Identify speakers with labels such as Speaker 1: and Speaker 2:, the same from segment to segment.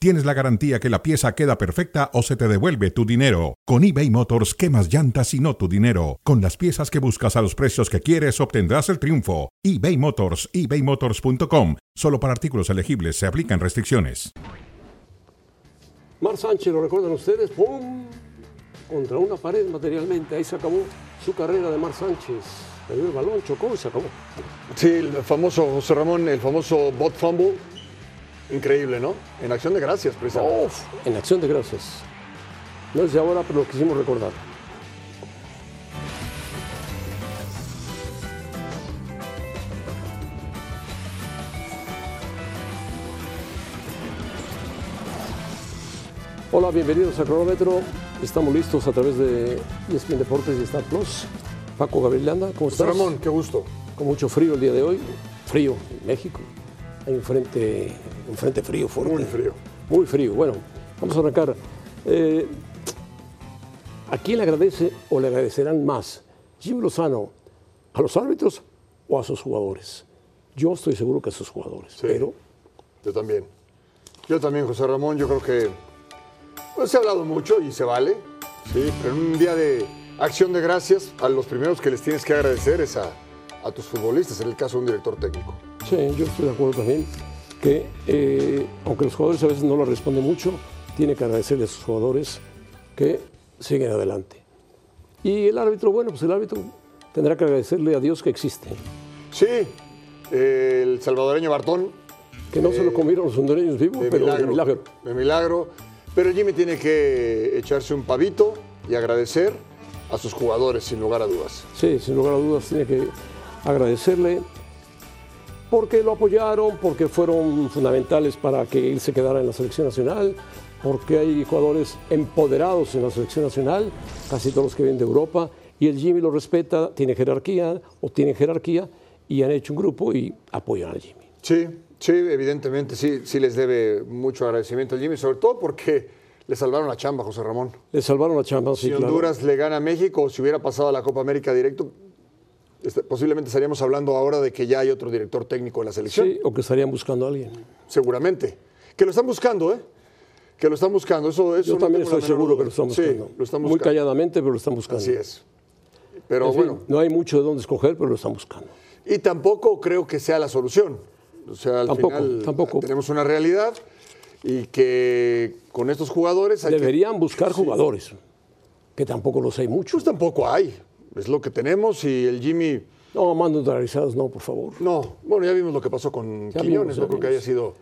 Speaker 1: tienes la garantía que la pieza queda perfecta o se te devuelve tu dinero. Con eBay Motors, quemas llantas y no tu dinero. Con las piezas que buscas a los precios que quieres, obtendrás el triunfo. eBay Motors, ebaymotors.com. Solo para artículos elegibles se aplican restricciones.
Speaker 2: Mar Sánchez, lo recuerdan ustedes, ¡pum! Contra una pared materialmente, ahí se acabó su carrera de Mar Sánchez. Perdió el balón, chocó y se acabó.
Speaker 3: Sí, el famoso José Ramón, el famoso bot fumble. Increíble, ¿no? En acción de gracias, precisamente.
Speaker 2: Uf, en acción de gracias. No es de ahora, pero lo quisimos recordar. Hola, bienvenidos a Cronómetro. Estamos listos a través de E ESPN Deportes y Star Plus. Paco Gabriel Landa, ¿cómo
Speaker 3: José
Speaker 2: estás?
Speaker 3: Ramón, qué gusto.
Speaker 2: Con mucho frío el día de hoy. Frío en México. Hay un frente, un frente frío fuerte.
Speaker 3: Muy frío.
Speaker 2: Muy frío. Bueno, vamos a arrancar. Eh, ¿A quién le agradece o le agradecerán más? Jim Lozano, ¿a los árbitros o a sus jugadores? Yo estoy seguro que a sus jugadores, pero
Speaker 3: Yo también. Yo también, José Ramón, yo creo que pues, se ha hablado mucho y se vale. Sí, pero en un día de acción de gracias, a los primeros que les tienes que agradecer es a, a tus futbolistas, en el caso de un director técnico.
Speaker 2: sí, yo estoy de acuerdo también que eh, aunque los jugadores a veces no lo responden mucho, tiene que agradecerle a sus jugadores que siguen adelante. Y el árbitro, bueno, pues el árbitro tendrá que agradecerle a Dios que existe,
Speaker 3: Sí, eh, el salvadoreño Bartón,
Speaker 2: que no se lo comieron los hondureños vivos,
Speaker 3: De
Speaker 2: pero de
Speaker 3: milagro,
Speaker 2: milagro.
Speaker 3: de milagro. Pero Jimmy tiene que echarse un pavito y agradecer a sus jugadores, sin lugar a dudas.
Speaker 2: Sí, sin lugar a dudas tiene que agradecerle porque lo apoyaron, porque fueron fundamentales para que él se quedara en la selección nacional, porque hay jugadores empoderados en la selección nacional, casi todos los que vienen de Europa, y el Jimmy lo respeta, tiene jerarquía o tiene jerarquía y han hecho un grupo y apoyan al Jimmy.
Speaker 3: Sí, sí, evidentemente, sí, sí les debe mucho agradecimiento a Jimmy, sobre todo porque le salvaron la chamba, José Ramón.
Speaker 2: Le salvaron la Champions
Speaker 3: Si
Speaker 2: sí, claro.
Speaker 3: Honduras le gana a México o si hubiera pasado a la Copa América directo, este, posiblemente estaríamos hablando ahora de que ya hay otro director técnico en la selección.
Speaker 2: Sí, o que estarían buscando a alguien.
Speaker 3: seguramente. Que lo están buscando, ¿eh? Que lo están buscando. Eso, eso
Speaker 2: Yo
Speaker 3: no
Speaker 2: también
Speaker 3: tengo la
Speaker 2: estoy
Speaker 3: menor
Speaker 2: seguro que
Speaker 3: duda.
Speaker 2: lo están
Speaker 3: Sí,
Speaker 2: buscando.
Speaker 3: lo están
Speaker 2: Muy
Speaker 3: buscando.
Speaker 2: calladamente, pero lo están buscando.
Speaker 3: Así es. Pero
Speaker 2: En fin,
Speaker 3: bueno,
Speaker 2: No hay mucho de dónde escoger, pero lo están buscando.
Speaker 3: y tampoco creo que sea la solución. O sea, al
Speaker 2: Tampoco,
Speaker 3: final
Speaker 2: tampoco.
Speaker 3: tenemos una realidad y que con estos jugadores hay que-
Speaker 2: Deberían buscar jugadores, que tampoco los hay muchos.
Speaker 3: pues tampoco hay. Es lo que tenemos y el Jimmy
Speaker 2: No, más neutralizados, no, por favor.
Speaker 3: no. Bueno, ya vimos lo que pasó con
Speaker 2: Ya vimos,
Speaker 3: Quiñones,
Speaker 2: ya
Speaker 3: no creo que haya
Speaker 2: vimos.
Speaker 3: sido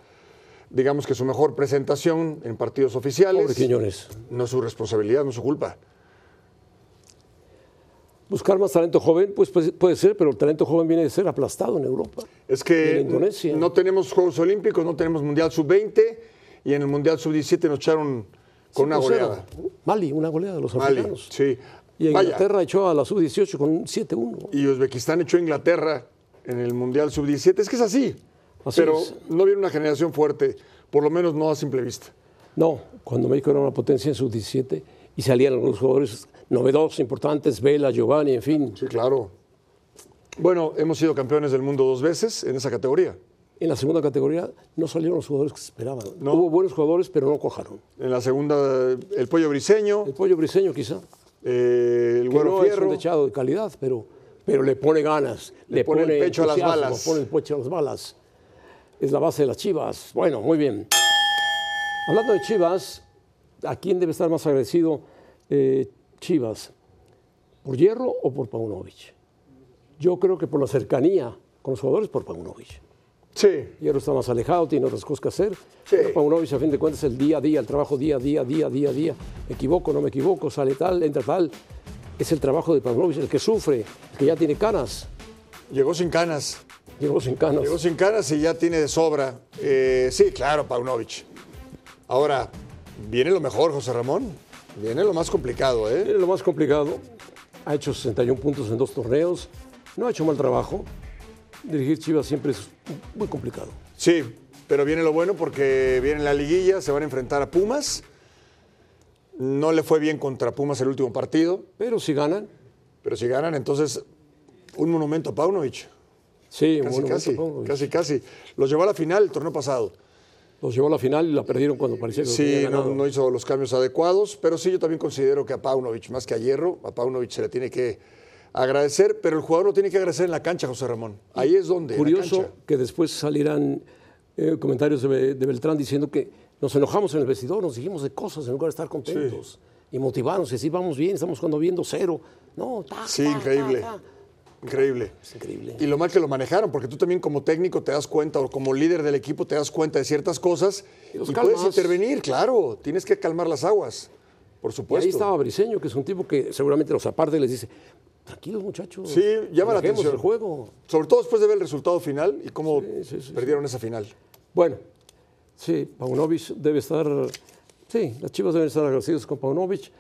Speaker 3: digamos que su mejor presentación en partidos oficiales.
Speaker 2: Pobre Quiñones.
Speaker 3: No es su responsabilidad, no es su culpa.
Speaker 2: Buscar más talento joven, pues, pues, puede ser, pero el talento joven viene de ser aplastado en Europa. Y
Speaker 3: Es
Speaker 2: en
Speaker 3: que
Speaker 2: Indonesia.
Speaker 3: no tenemos Juegos Olímpicos, no tenemos Mundial Sub-20 y en el Mundial Sub-17 nos echaron con una
Speaker 2: 5-0.
Speaker 3: goleada.
Speaker 2: Mali, una goleada de los
Speaker 3: Mali,
Speaker 2: africanos.
Speaker 3: sí.
Speaker 2: Y
Speaker 3: Vaya,
Speaker 2: Inglaterra echó a la sub-18 con un 7-1.
Speaker 3: y Uzbekistán echó a Inglaterra en el Mundial Sub-17. Es que es así.
Speaker 2: Así
Speaker 3: pero
Speaker 2: es.
Speaker 3: no viene una generación fuerte, por lo menos no a simple vista.
Speaker 2: No, cuando México era una potencia en sub-17 y salían algunos jugadores novedosos, importantes, Vela, Giovanni, en fin.
Speaker 3: Sí, claro. Bueno, hemos sido campeones del mundo dos veces en esa categoría.
Speaker 2: En la segunda categoría no salieron los jugadores que se esperaban.
Speaker 3: No.
Speaker 2: Hubo buenos jugadores, pero no cojaron.
Speaker 3: En la segunda, el Pollo Briseño,
Speaker 2: El pollo briseño quizá.
Speaker 3: eh,
Speaker 2: que
Speaker 3: el Güero
Speaker 2: no es
Speaker 3: Fierro.
Speaker 2: un echado de calidad, pero, pero le pone ganas, le,
Speaker 3: pone el pecho a las
Speaker 2: entusiasmo,
Speaker 3: balas.
Speaker 2: Pone el pecho a las balas. Es la base de las Chivas. Bueno, muy bien. Hablando de Chivas, ¿a quién debe estar más agradecido eh, Chivas? ¿Por Hierro o por Paunovic? Yo creo que por la cercanía con los jugadores, por Paunovic.
Speaker 3: Sí,
Speaker 2: Hierro está más alejado, tiene otras cosas que hacer.
Speaker 3: Sí.
Speaker 2: Pero Paunovic, a fin de cuentas, el día a día, el trabajo día a día, día a día, día. Me equivoco, no me equivoco, sale tal, entra tal. Es el trabajo de Paunovic, el que sufre, el que ya tiene canas.
Speaker 3: llegó sin canas.
Speaker 2: Llegó sin canas.
Speaker 3: Llegó sin caras y ya tiene de sobra. Eh, sí, claro, Paunovic. Ahora, viene lo mejor, José Ramón. Viene lo más complicado, ¿eh?
Speaker 2: Tiene lo más complicado. Ha hecho 61 puntos en dos torneos. No ha hecho mal trabajo. Dirigir Chivas siempre es muy complicado.
Speaker 3: Sí, Pero viene lo bueno porque viene la liguilla, se van a enfrentar a Pumas. No le fue bien contra Pumas el último partido,
Speaker 2: Pero si ganan,
Speaker 3: pero si ganan, entonces un monumento a Paunovic.
Speaker 2: sí,
Speaker 3: Casi,
Speaker 2: bueno,
Speaker 3: casi,
Speaker 2: supongo.
Speaker 3: casi, casi. Los llevó a la final el torneo pasado.
Speaker 2: los llevó a la final y la perdieron cuando parecía que los
Speaker 3: Sí,
Speaker 2: había
Speaker 3: no,
Speaker 2: ganado.
Speaker 3: no hizo los cambios adecuados, pero sí yo también considero que a Paunovic, más que a Hierro, a Paunovic se le tiene que agradecer, pero el jugador lo tiene que agradecer en la cancha, José Ramón. Ahí es donde. en la
Speaker 2: Curioso
Speaker 3: cancha.
Speaker 2: que después salieran eh, comentarios de, Be- de Beltrán diciendo que nos enojamos en el vestidor, nos dijimos de cosas en lugar de estar contentos y motivarnos y decir, vamos bien, estamos cuando viendo cero. No, ta,
Speaker 3: Sí,
Speaker 2: ta, ta,
Speaker 3: increíble.
Speaker 2: ta.
Speaker 3: Increíble.
Speaker 2: Es increíble.
Speaker 3: Y lo mal que lo manejaron, porque tú también como técnico te das cuenta, o como líder del equipo te das cuenta de ciertas cosas
Speaker 2: Y
Speaker 3: y,
Speaker 2: los
Speaker 3: puedes
Speaker 2: calmas.
Speaker 3: intervenir, claro. Tienes que calmar las aguas, por
Speaker 2: Y
Speaker 3: supuesto.
Speaker 2: ahí estaba Briseño, que es un tipo que seguramente los aparte les dice, tranquilos muchachos.
Speaker 3: Sí, llama la
Speaker 2: manejemos
Speaker 3: atención.
Speaker 2: el juego.
Speaker 3: Sobre todo después de ver el resultado final y cómo
Speaker 2: sí, sí,
Speaker 3: perdieron esa final.
Speaker 2: Bueno, sí, Paunovic debe estar. Sí, las chivas deben estar agradecidas con Paunovic.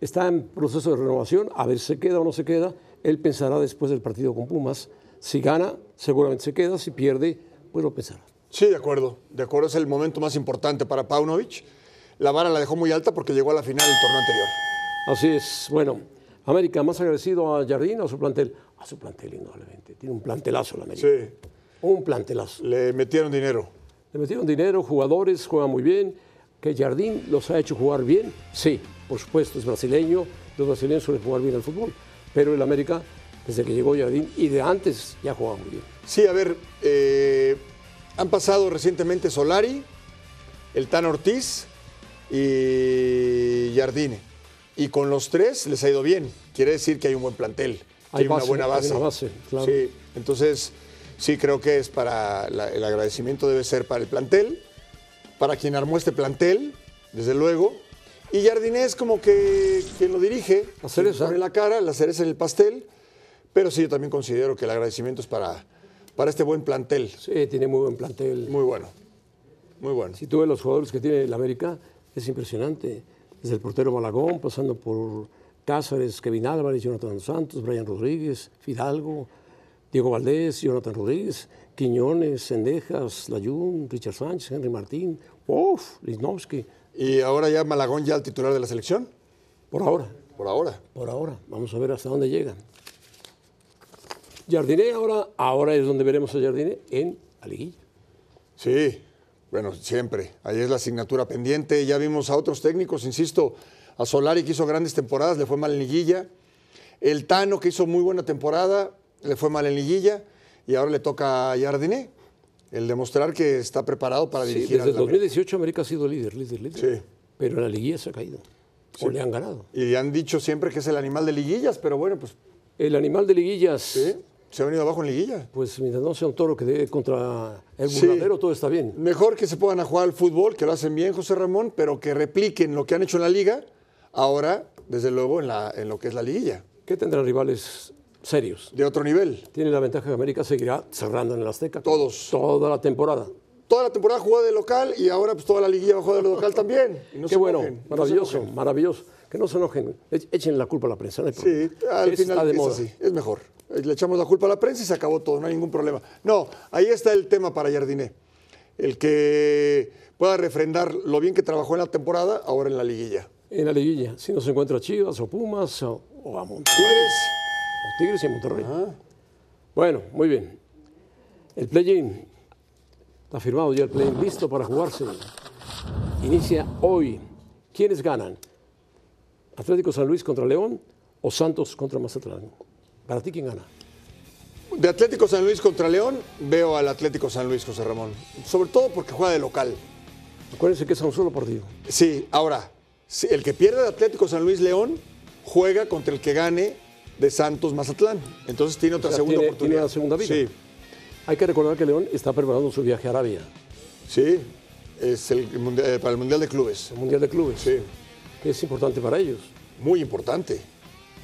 Speaker 2: Está en proceso de renovación, a ver si se queda o no se queda. Él pensará después del partido con Pumas. Si gana, seguramente se queda. Si pierde, pues lo pensará.
Speaker 3: Sí, de acuerdo. De acuerdo, es el momento más importante para Paunovic. La vara la dejó muy alta porque llegó a la final del torneo anterior.
Speaker 2: Así es. Bueno, América, más agradecido a Jardín o a su plantel. A su plantel, indudablemente. Tiene un plantelazo la América.
Speaker 3: Sí,
Speaker 2: Un plantelazo.
Speaker 3: le metieron dinero.
Speaker 2: Le metieron dinero, jugadores, juega muy bien. Que Jardín los ha hecho jugar bien, sí, por supuesto, es brasileño, los brasileños suelen jugar bien al fútbol, pero el América, desde que llegó Jardín y de antes, ya jugaba muy bien.
Speaker 3: Sí, a ver, eh, han pasado recientemente Solari, el Tan Ortiz y Jardine. Y con los tres les ha ido bien. Quiere decir que hay un buen plantel, que
Speaker 2: Hay
Speaker 3: hay,
Speaker 2: base,
Speaker 3: una buena
Speaker 2: hay
Speaker 3: base.
Speaker 2: una base, claro.
Speaker 3: Sí, entonces sí creo que es para la- el agradecimiento debe ser para el plantel, para quien armó este plantel, desde luego. Y Jardine es como que quien lo dirige,
Speaker 2: La cereza.
Speaker 3: quien pone la cara, la cereza en el pastel. Pero sí, yo también considero que el agradecimiento es para, para este buen plantel.
Speaker 2: Sí, tiene muy buen plantel.
Speaker 3: Muy bueno. Muy bueno.
Speaker 2: Si tú ves los jugadores que tiene el América, es impresionante. Desde el portero Balagón, pasando por Cáceres, Kevin Álvarez, Jonathan Santos, Brian Rodríguez, Fidalgo, Diego Valdés, Jonathan Rodríguez, Quiñones, Sendejas, Layún, Richard Sánchez, Henry Martín, uff, Lisnowski.
Speaker 3: Y ahora ya Malagón ya el titular de la selección.
Speaker 2: Por ahora,
Speaker 3: Por ahora.
Speaker 2: por ahora. Vamos a ver hasta dónde llegan. Jardiné ahora, ahora es donde veremos a Jardiné en la liguilla.
Speaker 3: Sí. Bueno, siempre. Ahí es la asignatura pendiente. Ya vimos a otros técnicos, insisto, a Solari que hizo grandes temporadas, le fue mal en liguilla. El Tano que hizo muy buena temporada, le fue mal en liguilla. Y ahora le toca a Jardiné el demostrar que está preparado para
Speaker 2: Sí,
Speaker 3: dirigir
Speaker 2: desde
Speaker 3: al América.
Speaker 2: 2018 América ha sido líder, líder, líder.
Speaker 3: Sí.
Speaker 2: Pero la liguilla se ha caído. O le han ganado.
Speaker 3: Y han dicho siempre que es el animal de liguillas, pero bueno, pues
Speaker 2: El animal de liguillas,
Speaker 3: sí, se ha venido abajo en liguilla.
Speaker 2: pues mientras no sea un toro que dé contra el
Speaker 3: Sí.
Speaker 2: burladero, todo está bien.
Speaker 3: Mejor que se puedan a jugar al fútbol, que lo hacen bien, José Ramón, pero que repliquen lo que han hecho en la liga, ahora, desde luego, en, la- en lo que es la liguilla,
Speaker 2: ¿Qué tendrán rivales serios?
Speaker 3: de otro nivel.
Speaker 2: Tiene la ventaja que América seguirá cerrando en el Azteca.
Speaker 3: Todos.
Speaker 2: Toda la temporada.
Speaker 3: Toda la temporada jugó de local y ahora pues toda la liguilla va a jugar de local también. Y no
Speaker 2: Qué
Speaker 3: se
Speaker 2: bueno,
Speaker 3: enojen, no se
Speaker 2: maravilloso,
Speaker 3: enojen.
Speaker 2: maravilloso. Que no se enojen, e- echen la culpa a la prensa. no hay
Speaker 3: Sí,
Speaker 2: problema.
Speaker 3: al
Speaker 2: Está
Speaker 3: final
Speaker 2: de
Speaker 3: es
Speaker 2: moda.
Speaker 3: así, es mejor. Eh, Le echamos la culpa a la prensa y se acabó todo, no hay ningún problema. No, ahí está el tema para Jardiné. El que pueda refrendar lo bien que trabajó en la temporada, ahora en la liguilla.
Speaker 2: En la liguilla, si no se encuentra Chivas o Pumas o, o a Monterrey.
Speaker 3: Tigres,
Speaker 2: Los Tigres y Monterrey. Bueno, muy bien. El play-in. Está firmado ya el play-in, listo para jugarse. Inicia hoy. ¿Quiénes ganan? ¿Atlético San Luis contra León o Santos contra Mazatlán? ¿Para ti quién gana?
Speaker 3: de Atlético San Luis contra León, veo al Atlético San Luis, José Ramón. Sobre todo porque juega de local.
Speaker 2: Acuérdense que es a un solo partido.
Speaker 3: Sí, ahora, si el que pierde de Atlético San Luis León juega contra el que gane de Santos Mazatlán. Entonces tiene otra
Speaker 2: sea,
Speaker 3: segunda
Speaker 2: tiene-
Speaker 3: oportunidad.
Speaker 2: tiene una segunda vida.
Speaker 3: Sí,
Speaker 2: Hay que recordar que León está preparando su viaje a Arabia,
Speaker 3: sí. Es el mundial- eh, para el Mundial de Clubes.
Speaker 2: el Mundial de Clubes,
Speaker 3: Sí,
Speaker 2: que es importante para ellos.
Speaker 3: muy importante.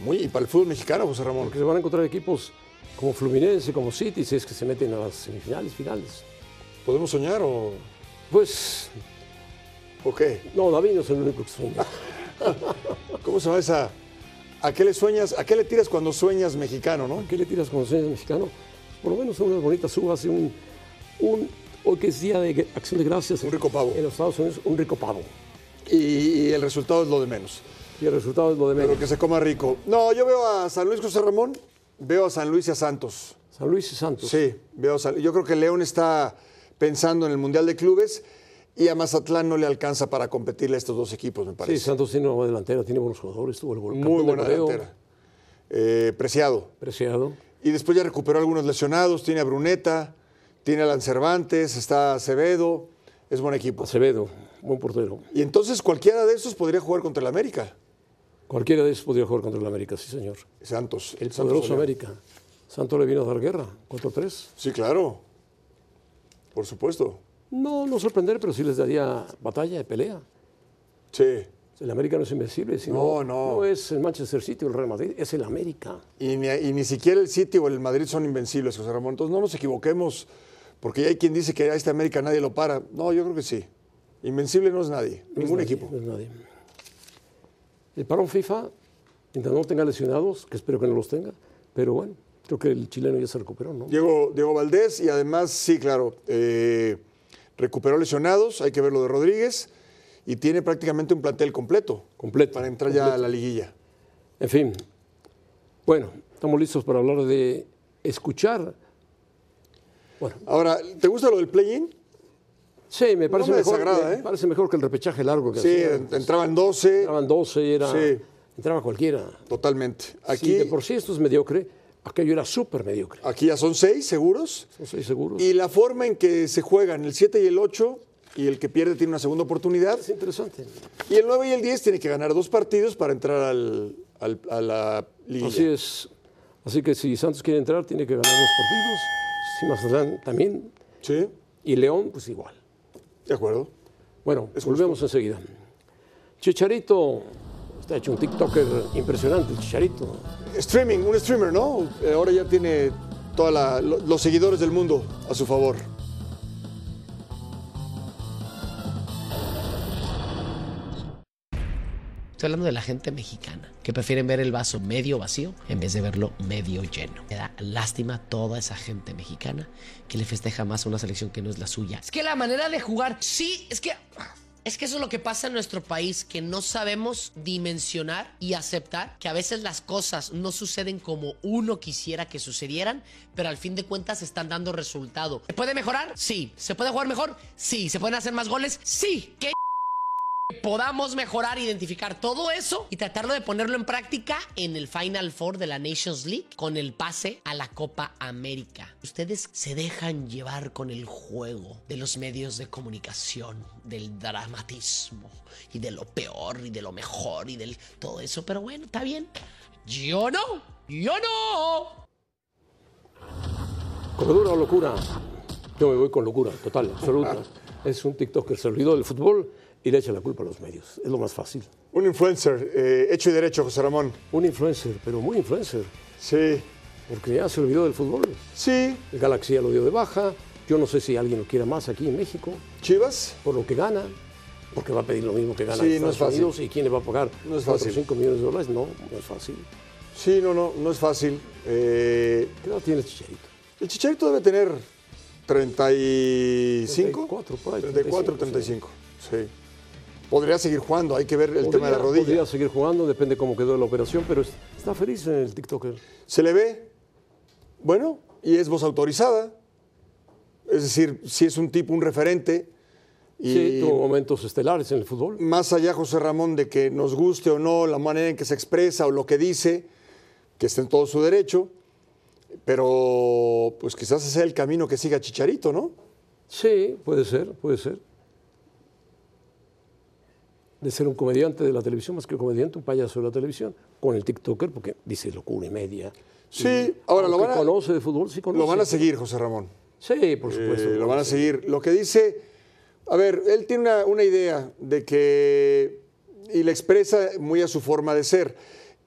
Speaker 3: Muy, y para el fútbol mexicano, José Ramón.
Speaker 2: Porque se van a encontrar equipos como Fluminense, como City, si es que se meten a las semifinales, finales.
Speaker 3: ¿Podemos soñar o,
Speaker 2: Pues,
Speaker 3: o qué?
Speaker 2: no, David no es el único que sueña.
Speaker 3: ¿Cómo se llama esa? ¿A qué le sueñas? ¿A qué le tiras cuando sueñas mexicano, no?
Speaker 2: ¿Qué le tiras con los sueños mexicano? Por lo menos unas bonitas uvas y un, un Hoy que es día de acción de gracias.
Speaker 3: Un rico pavo.
Speaker 2: En los Estados Unidos, un rico pavo.
Speaker 3: Y, y el resultado es lo de menos.
Speaker 2: Y el resultado es lo de menos.
Speaker 3: Pero que se coma rico. No, yo veo a San Luis José Ramón, veo a San Luis y a Santos.
Speaker 2: San Luis y Santos.
Speaker 3: Sí, veo a San- yo creo que León está pensando en el Mundial de Clubes y a Mazatlán no le alcanza para competirle a estos dos equipos, me
Speaker 2: Sí,
Speaker 3: parece.
Speaker 2: Santos tiene una buena delantera, tiene buenos jugadores, tuvo el volcán.
Speaker 3: Muy buena delantera. Eh, preciado.
Speaker 2: Preciado.
Speaker 3: Y después ya recuperó algunos lesionados, tiene a Bruneta, tiene a Alan Cervantes, está Acevedo, es buen equipo.
Speaker 2: Acevedo, buen portero.
Speaker 3: Y entonces cualquiera de esos podría jugar contra el América.
Speaker 2: Cualquiera de esos podría jugar contra el América, sí, señor.
Speaker 3: Santos.
Speaker 2: El
Speaker 3: Santos
Speaker 2: poderoso
Speaker 3: León.
Speaker 2: América. Santos le vino a dar guerra, 4-3.
Speaker 3: Sí, claro. Por supuesto.
Speaker 2: No, no sorprender, pero sí les daría batalla, pelea.
Speaker 3: Sí.
Speaker 2: El América no es invencible, sino
Speaker 3: No, no.
Speaker 2: no es el Manchester City o el Real Madrid, es el América.
Speaker 3: Y ni, y ni siquiera el City o el Madrid son invencibles, José Ramón. Entonces no nos equivoquemos, porque hay quien dice que a este América nadie lo para. No, yo creo que sí. Invencible no es nadie, ningún
Speaker 2: Nadie,
Speaker 3: equipo.
Speaker 2: no es nadie. El parón FIFA, mientras no tenga lesionados, que espero que no los tenga, pero bueno, creo que el chileno ya se recuperó, ¿no?
Speaker 3: Diego, Diego Valdés y además, sí, claro, eh, recuperó lesionados, hay que ver lo de Rodríguez, y tiene prácticamente un plantel completo
Speaker 2: Completo.
Speaker 3: para entrar ya a la liguilla.
Speaker 2: En fin, bueno, estamos listos para hablar de escuchar. Bueno,
Speaker 3: Ahora, ¿te gusta lo del play-in?
Speaker 2: sí, me parece,
Speaker 3: me
Speaker 2: mejor,
Speaker 3: desagrada,
Speaker 2: me
Speaker 3: ¿eh?
Speaker 2: parece mejor que el repechaje largo que
Speaker 3: Sí,
Speaker 2: hacía.
Speaker 3: en- entraban 12,
Speaker 2: Entraban 12 y era,
Speaker 3: Sí.
Speaker 2: entraba cualquiera.
Speaker 3: totalmente.
Speaker 2: Aquí,
Speaker 3: Aquí,
Speaker 2: de por sí esto es mediocre, aquello era súper mediocre.
Speaker 3: aquí ya son 6 seguros.
Speaker 2: No estoy seguro.
Speaker 3: Y la forma en que se juegan el 7 y el 8, y el que pierde tiene una segunda oportunidad.
Speaker 2: Es interesante.
Speaker 3: Y el 9 y el 10 tiene que ganar dos partidos para entrar al, al- a la liguilla.
Speaker 2: Así es. Así que si Santos quiere entrar, tiene que ganar dos partidos. Si Mazatlán también.
Speaker 3: Sí,
Speaker 2: Y León, pues igual.
Speaker 3: de acuerdo.
Speaker 2: Bueno, volvemos enseguida. Chicharito. Está hecho un TikToker impresionante, el Chicharito.
Speaker 3: Streaming, un streamer, ¿no? Eh, Ahora ya tiene todos los seguidores del mundo a su favor.
Speaker 4: Estoy hablando de la gente mexicana, que prefieren ver el vaso medio vacío en vez de verlo medio lleno. Me da lástima toda esa gente mexicana que le festeja más a una selección que no es la suya. Es que la manera de jugar, sí, es que... Es que eso es lo que pasa en nuestro país, que no sabemos dimensionar y aceptar que a veces las cosas no suceden como uno quisiera que sucedieran, pero al fin de cuentas están dando resultado. ¿Se puede mejorar? Sí. ¿Se puede jugar mejor? Sí. ¿Se pueden hacer más goles? Sí. ¿Qué podamos mejorar, identificar todo eso y tratarlo de ponerlo en práctica en el Final Four de la Nations League con el pase a la Copa América. Ustedes se dejan llevar con el juego de los medios de comunicación, del dramatismo y de lo peor y de lo mejor y del todo eso, pero bueno, está bien. Yo no, yo no.
Speaker 2: ¿Cordura o locura? Yo me voy con locura, total, absoluta. Es un TikToker, se olvidó del fútbol y le echa la culpa a los medios. Es lo más fácil.
Speaker 3: Un influencer, eh, hecho y derecho, José Ramón.
Speaker 2: Un influencer, pero muy influencer,
Speaker 3: Sí,
Speaker 2: porque ya se olvidó del fútbol.
Speaker 3: sí.
Speaker 2: El Galaxy ya lo dio de baja. Yo no sé si alguien lo quiera más aquí en México,
Speaker 3: Chivas,
Speaker 2: por lo que gana, porque va a pedir lo mismo que gana
Speaker 3: Sí,
Speaker 2: en
Speaker 3: no es
Speaker 2: Estados
Speaker 3: fácil.
Speaker 2: Unidos y quién le va a pagar
Speaker 3: No es
Speaker 2: 4 o
Speaker 3: fácil.
Speaker 2: 5 millones de dólares. No, no es fácil.
Speaker 3: sí, no, no, no es fácil. Eh,
Speaker 2: ¿Qué edad tiene este el Chicharito?
Speaker 3: el Chicharito debe tener 35.
Speaker 2: 34, por ahí,
Speaker 3: 34,
Speaker 2: 35,
Speaker 3: 35. Sí. Podría seguir jugando, hay que ver el tema de la rodilla.
Speaker 2: Podría seguir jugando, depende cómo quedó la operación, pero es- está feliz en el TikToker.
Speaker 3: Se le ve, bueno, y es voz autorizada. Es decir, si es un tipo, un referente. Y
Speaker 2: Sí, tuvo momentos estelares en el fútbol.
Speaker 3: más allá, José Ramón, de que nos guste o no la manera en que se expresa o lo que dice, que esté en todo su derecho, pero pues quizás ese sea el camino que siga Chicharito, ¿no?
Speaker 2: Sí, puede ser, puede ser. De ser un comediante de la televisión, más que un comediante, un payaso de la televisión, con el TikToker, porque dice locura y media.
Speaker 3: Sí, ahora lo
Speaker 2: Aunque
Speaker 3: van, a,
Speaker 2: conoce de fútbol, sí conoce.
Speaker 3: lo van a seguir, José Ramón.
Speaker 2: Sí, por supuesto.
Speaker 3: Eh, lo van a seguir. Lo que dice, a ver, él tiene una, una idea de que, y la expresa muy a su forma de ser.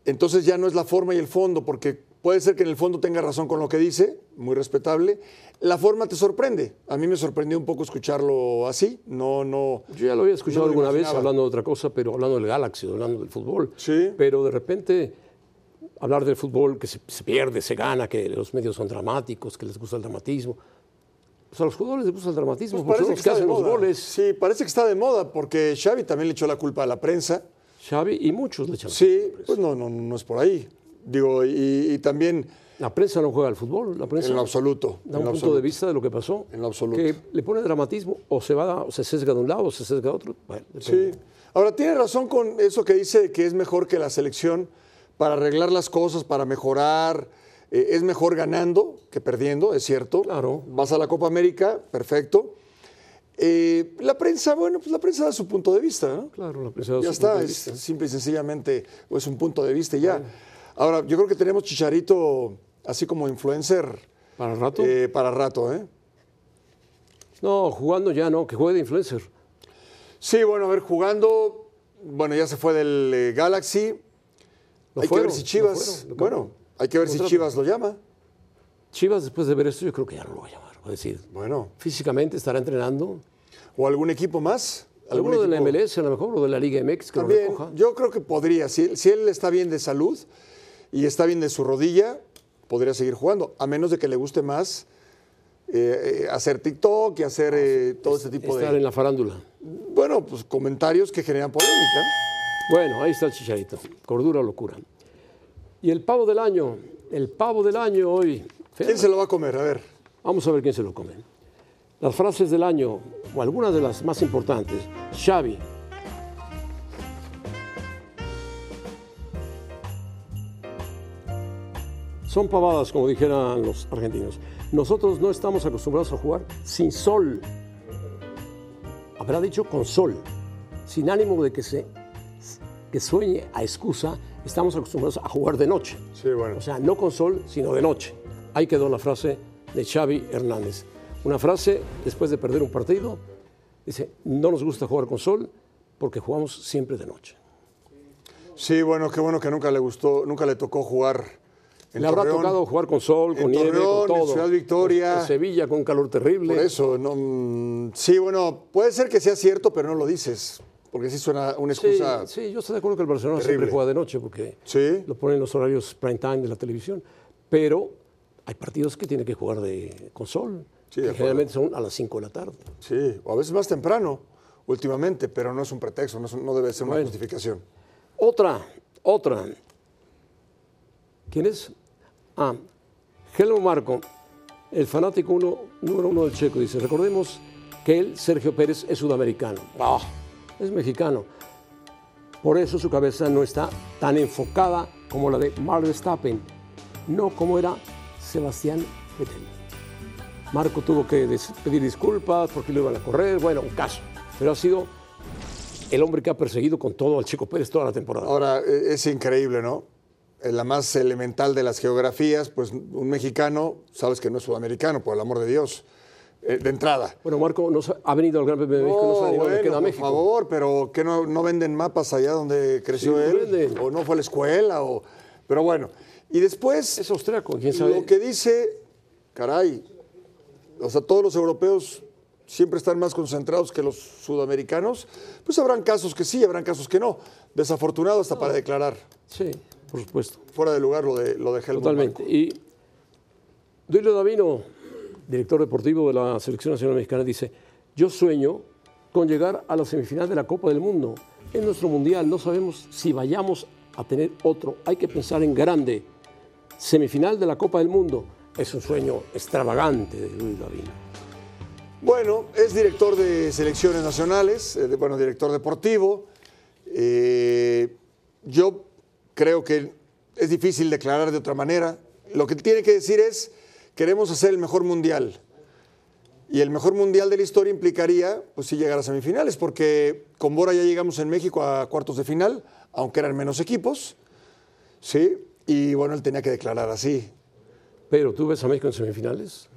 Speaker 3: Entonces ya no es la forma y el fondo, porque puede ser que en el fondo tenga razón con lo que dice, muy respetable. La forma te sorprende. A mí me sorprendió un poco escucharlo así. No, no.
Speaker 2: Yo ya lo había escuchado
Speaker 3: No me lo
Speaker 2: alguna vez
Speaker 3: imaginaba.
Speaker 2: hablando de otra cosa, pero hablando del Galaxy, hablando del fútbol.
Speaker 3: Sí.
Speaker 2: Pero de repente hablar del fútbol que se, se pierde, se gana, que los medios son dramáticos, que les gusta el dramatismo. Pues a los jugadores les gusta el dramatismo,
Speaker 3: Pues
Speaker 2: porque son los
Speaker 3: parece que
Speaker 2: que
Speaker 3: está de
Speaker 2: hacen los
Speaker 3: moda.
Speaker 2: goles.
Speaker 3: Sí, parece que está de moda porque Xavi también le echó la culpa a la prensa.
Speaker 2: Xavi y muchos le echan.
Speaker 3: Sí, pues no, no, no es por ahí. Digo, y, y también
Speaker 2: La prensa no juega al fútbol, la prensa
Speaker 3: en lo absoluto.
Speaker 2: da
Speaker 3: en
Speaker 2: un punto de
Speaker 3: lo absoluto.
Speaker 2: vista de lo que pasó.
Speaker 3: En lo absoluto.
Speaker 2: Que le pone dramatismo, o se va, o se sesga de un lado, o se sesga de otro. Bueno,
Speaker 3: Sí.
Speaker 2: depende.
Speaker 3: Ahora, tiene razón con eso que dice que es mejor que la selección para arreglar las cosas, para mejorar. Eh, es mejor ganando que perdiendo, es cierto.
Speaker 2: Claro.
Speaker 3: Vas a la Copa América, perfecto. Eh, la prensa, bueno, pues la prensa da su punto de vista, ¿no?
Speaker 2: Claro, la prensa da
Speaker 3: Ya
Speaker 2: su
Speaker 3: está,
Speaker 2: punto de
Speaker 3: es
Speaker 2: vista.
Speaker 3: simple y sencillamente es un punto de vista y ya. Ahora, yo creo que tenemos Chicharito así como influencer
Speaker 2: Para rato.
Speaker 3: eh, para rato, ¿eh?
Speaker 2: No, jugando ya no, que juegue de influencer.
Speaker 3: Sí, bueno, a ver, jugando, bueno, ya se fue del eh, Galaxy.
Speaker 2: Lo
Speaker 3: hay
Speaker 2: fueron,
Speaker 3: que ver si
Speaker 2: lo
Speaker 3: Chivas,
Speaker 2: fueron, lo
Speaker 3: bueno,
Speaker 2: cambiaron.
Speaker 3: hay que ver si
Speaker 2: Contrato.
Speaker 3: Chivas lo llama.
Speaker 2: Chivas, después de ver esto, yo creo que ya no lo va a llamar. Va a decir,
Speaker 3: Bueno,
Speaker 2: físicamente estará entrenando.
Speaker 3: o algún equipo más. algún
Speaker 2: Alguno de la
Speaker 3: equipo-
Speaker 2: MLS, a lo mejor, o de la Liga MX, que E, lo
Speaker 3: También,
Speaker 2: recoja.
Speaker 3: yo creo que podría, si, si él está bien de salud y está bien de su rodilla, podría seguir jugando, a menos de que le guste más eh, eh, hacer TikTok y hacer eh, todo ese tipo
Speaker 2: Estar
Speaker 3: de...
Speaker 2: en la farándula.
Speaker 3: Bueno, pues comentarios que generan polémica.
Speaker 2: Bueno, ahí está el chicharito. Cordura o locura. Y el pavo del año, el pavo del año hoy.
Speaker 3: ¿Quién se lo va a comer? A ver.
Speaker 2: Vamos a ver quién se lo come. Las frases del año, o algunas de las más importantes. Xavi. Son pavadas, como dijeran los argentinos. Nosotros no estamos acostumbrados a jugar sin sol. Habrá dicho con sol, sin ánimo de que se que sueñe a excusa, estamos acostumbrados a jugar de noche.
Speaker 3: Sí, bueno.
Speaker 2: O sea, no con sol, sino de noche. Ahí quedó la frase de Xavi Hernández. Una frase después de perder un partido, dice, no nos gusta jugar con sol porque jugamos siempre de noche.
Speaker 3: Sí, bueno, qué bueno que nunca le gustó, nunca le tocó jugar. en
Speaker 2: Le habrá
Speaker 3: Torreón.
Speaker 2: tocado jugar con sol,
Speaker 3: en
Speaker 2: con nieve,
Speaker 3: Torreón,
Speaker 2: con
Speaker 3: en
Speaker 2: todo.
Speaker 3: Ciudad Victoria.
Speaker 2: En Sevilla, con calor terrible.
Speaker 3: Por eso, no, mm, sí, bueno, puede ser que sea cierto, pero no lo dices, porque sí suena una
Speaker 2: Sí,
Speaker 3: excusa.
Speaker 2: sí, yo estoy de acuerdo que el Barcelona
Speaker 3: terrible.
Speaker 2: siempre juega de noche porque
Speaker 3: Sí.
Speaker 2: lo ponen en los horarios prime time de la televisión, pero hay partidos que tienen que jugar de, con sol,
Speaker 3: Sí, de
Speaker 2: que generalmente son a las 5 de la tarde.
Speaker 3: Sí, o a veces más temprano, últimamente, pero no es un pretexto, no, es un- no debe ser una
Speaker 2: Bueno.
Speaker 3: justificación.
Speaker 2: Otra, otra. ¿Quién es? Ah, Helmo Marco, el fanático uno, número uno del Checo, dice, recordemos que él, Sergio Pérez, es sudamericano. Ah, es mexicano. Por eso su cabeza no está tan enfocada como la de Max Verstappen, no como era Sebastián Vettel. Marco tuvo que des- pedir disculpas porque lo iban a correr, bueno, un caso. Pero ha sido el hombre que ha perseguido con todo al Chico Pérez toda la temporada.
Speaker 3: Ahora, e- es increíble, ¿no? En la más elemental de las geografías, pues un mexicano, sabes que no es sudamericano, por el amor de Dios, eh, de entrada.
Speaker 2: Bueno, Marco no sa- ha venido al Gran Premio de México, no sabe ni dónde
Speaker 3: Oh, bueno,
Speaker 2: queda
Speaker 3: por
Speaker 2: México.
Speaker 3: favor, pero que no, no venden mapas allá donde creció
Speaker 2: Sí,
Speaker 3: él,
Speaker 2: venden.
Speaker 3: o no fue a la escuela, o, pero bueno. Y después,
Speaker 2: Es austriaco, quién sabe.
Speaker 3: lo que dice, caray, o sea, todos los europeos siempre están más concentrados que los sudamericanos, pues habrán casos que sí, habrán casos que no. Desafortunado hasta para declarar,
Speaker 2: Sí, por supuesto,
Speaker 3: fuera de lugar lo de, lo de Helmut
Speaker 2: totalmente.
Speaker 3: Marko.
Speaker 2: Y Duilio Davino, director deportivo de la Selección Nacional Mexicana, dice, yo sueño con llegar a la semifinal de la Copa del Mundo. En nuestro Mundial no sabemos si vayamos a tener otro. Hay que pensar en grande. Semifinal de la Copa del Mundo es un sueño extravagante de Luis Davino.
Speaker 3: Bueno, es director de selecciones nacionales, eh, de- bueno, director deportivo. Eh, yo creo que es difícil declarar de otra manera. Lo que tiene que decir es, queremos hacer el mejor mundial. Y el mejor mundial de la historia implicaría, pues sí, llegar a semifinales, porque con Bora ya llegamos en México a cuartos de final, aunque eran menos equipos, ¿sí? Y bueno, él tenía que declarar así.
Speaker 2: Pero tú ves a México en semifinales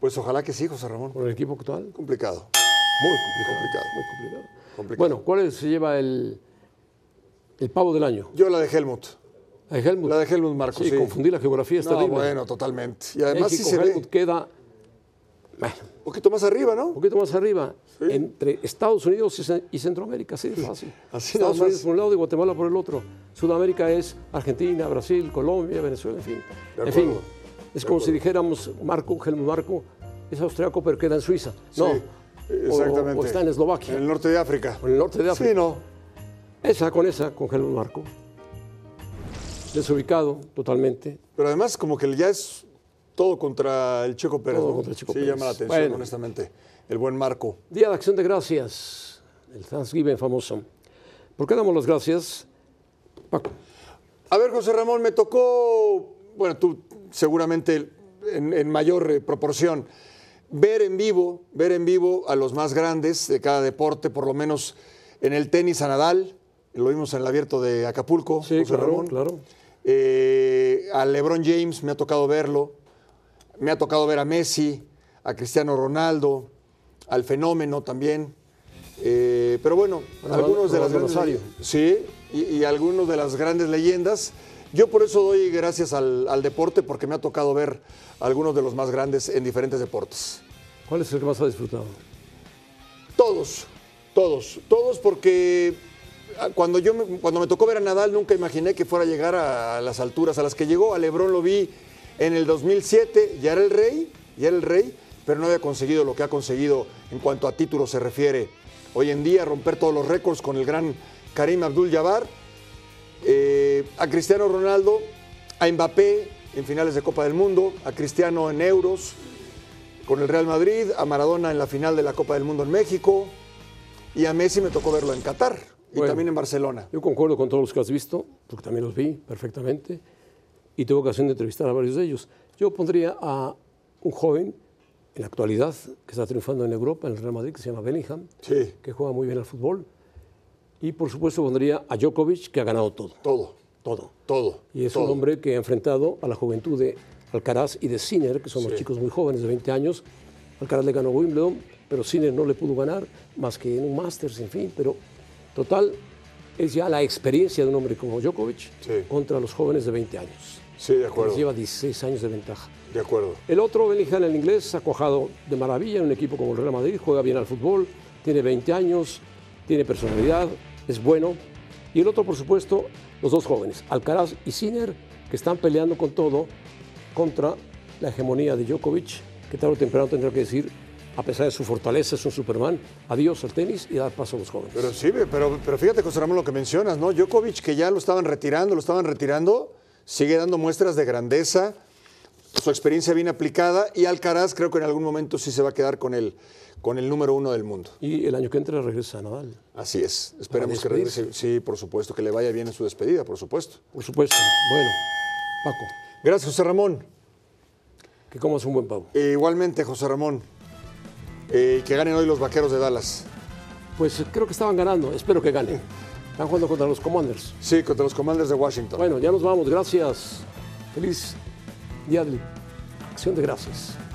Speaker 3: Pues ojalá que sí, José Ramón.
Speaker 2: con el equipo actual.
Speaker 3: Complicado,
Speaker 2: Muy complicado.
Speaker 3: complicado.
Speaker 2: Muy complicado.
Speaker 3: complicado.
Speaker 2: Bueno, ¿cuál es- se lleva el, el pavo del año?
Speaker 3: Yo la de Helmut.
Speaker 2: ¿A Helmut?
Speaker 3: La de Helmut Marco, sí.
Speaker 2: Sí, confundí la geografía, está
Speaker 3: No,
Speaker 2: terrible.
Speaker 3: bueno, totalmente. Y además
Speaker 2: México,
Speaker 3: sí se
Speaker 2: Helmut
Speaker 3: ve
Speaker 2: queda bueno,
Speaker 3: un poquito más arriba,
Speaker 2: un
Speaker 3: ¿no?
Speaker 2: poquito más arriba, entre Estados Unidos y Cen- y Centroamérica, sí, es fácil.
Speaker 3: Así nada
Speaker 2: Estados
Speaker 3: más.
Speaker 2: Unidos por un lado y Guatemala por el otro. Sudamérica es Argentina, Brasil, Colombia, Venezuela, en fin.
Speaker 3: De
Speaker 2: En fin,
Speaker 3: acuerdo.
Speaker 2: es como si dijéramos Marco, Helmut Marco, es austriaco pero queda en Suiza.
Speaker 3: Sí,
Speaker 2: No,
Speaker 3: exactamente.
Speaker 2: o está en Eslovaquia.
Speaker 3: En el norte de África.
Speaker 2: o en el norte de África.
Speaker 3: Sí, no.
Speaker 2: Esa con esa, con Helmut Marco. Desubicado totalmente.
Speaker 3: Pero además, como que ya es todo contra el Checo Pérez.
Speaker 2: Todo
Speaker 3: ¿no?
Speaker 2: contra el Checo
Speaker 3: sí,
Speaker 2: Pérez.
Speaker 3: llama la atención,
Speaker 2: Bueno.
Speaker 3: honestamente. El buen Marco.
Speaker 2: Día de Acción de Gracias, el Thanksgiving famoso. ¿Por qué damos las gracias? Paco,
Speaker 3: A ver, José Ramón, me tocó, bueno, tú seguramente en, en mayor eh, proporción, ver en vivo, ver en vivo a los más grandes de cada deporte, por lo menos en el tenis a Nadal, lo vimos en el abierto de Acapulco,
Speaker 2: Sí,
Speaker 3: José
Speaker 2: claro,
Speaker 3: Ramón.
Speaker 2: claro.
Speaker 3: Eh, a LeBron James me ha tocado verlo, me ha tocado ver a Messi, a Cristiano Ronaldo, al fenómeno también. Eh, pero bueno,
Speaker 2: Bueno,
Speaker 3: algunos de las
Speaker 2: Ronaldo
Speaker 3: grandes
Speaker 2: Nazario.
Speaker 3: sí, y, y algunos de las grandes leyendas. Yo por eso doy gracias al, al deporte porque me ha tocado ver a algunos de los más grandes en diferentes deportes.
Speaker 2: ¿cuál es el que más ha disfrutado?
Speaker 3: Todos, todos, todos porque ah, cuando, yo me, cuando me tocó ver a Nadal nunca imaginé que fuera a llegar a, a las alturas a las que llegó. A Lebron lo vi en el 2007, ya era el rey, ya era el rey, pero no había conseguido lo que ha conseguido en cuanto a títulos se refiere. Hoy en día romper todos los récords con el gran Karim Abdul-Jabbar, eh, a Cristiano Ronaldo, a Mbappé en finales de Copa del Mundo, a Cristiano en euros, con el Real Madrid, a Maradona en la final de la Copa del Mundo en México y a Messi me tocó verlo en Qatar y
Speaker 2: Bueno.
Speaker 3: también en Barcelona.
Speaker 2: Yo concuerdo con todos los que has visto, porque también los vi perfectamente, y tuve ocasión de entrevistar a varios de ellos. Yo pondría a un joven en la actualidad que está triunfando en Europa, en el Real Madrid, que se llama Bellingham,
Speaker 3: Sí,
Speaker 2: que juega muy bien al fútbol, y por supuesto pondría a Djokovic, que ha ganado todo,
Speaker 3: todo,
Speaker 2: todo.
Speaker 3: todo.
Speaker 2: Y es un
Speaker 3: todo.
Speaker 2: hombre que ha enfrentado a la juventud de Alcaraz y de Sinner, que son los chicos muy jóvenes de 20 años. Alcaraz le ganó a Wimbledon, pero Sinner no le pudo ganar más que en un Masters, en fin. Pero total, es ya la experiencia de un hombre como Djokovic
Speaker 3: Sí.
Speaker 2: contra los jóvenes de 20 años.
Speaker 3: Sí, de
Speaker 2: que les
Speaker 3: acuerdo.
Speaker 2: lleva 16 años de ventaja.
Speaker 3: De acuerdo.
Speaker 2: El otro, Bellingham, el inglés, ha cuajado de maravilla en un equipo como el Real Madrid, juega bien al fútbol, tiene 20 años, tiene personalidad, es bueno. Y el otro, por supuesto, los dos jóvenes, Alcaraz y Sinner, que están peleando con todo contra la hegemonía de Djokovic, que tarde o temprano tendrá que decir, a pesar de su fortaleza, es un Superman, adiós al tenis y dar paso a los jóvenes.
Speaker 3: Pero sí, pero, pero fíjate, José Ramón, lo que mencionas, ¿no? Djokovic, que ya lo estaban retirando, lo estaban retirando, sigue dando muestras de grandeza, su experiencia bien aplicada y Alcaraz creo que en algún momento sí se va a quedar con el, con el número uno del mundo.
Speaker 2: Y el año que entra regresa a Nadal,
Speaker 3: Así es. Esperemos que
Speaker 2: Para despedirse.
Speaker 3: regrese. Sí, por supuesto, que le vaya bien en su despedida, por supuesto.
Speaker 2: por supuesto. Bueno, Paco,
Speaker 3: Gracias, José Ramón.
Speaker 2: que comas un buen pavo.
Speaker 3: E igualmente, José Ramón. Eh, que ganen hoy los vaqueros de Dallas.
Speaker 2: Pues creo que estaban ganando, espero que ganen. Están jugando contra los Commanders.
Speaker 3: Sí, contra los Commanders de Washington.
Speaker 2: Bueno, ya nos vamos, gracias. Feliz día de acción de gracias.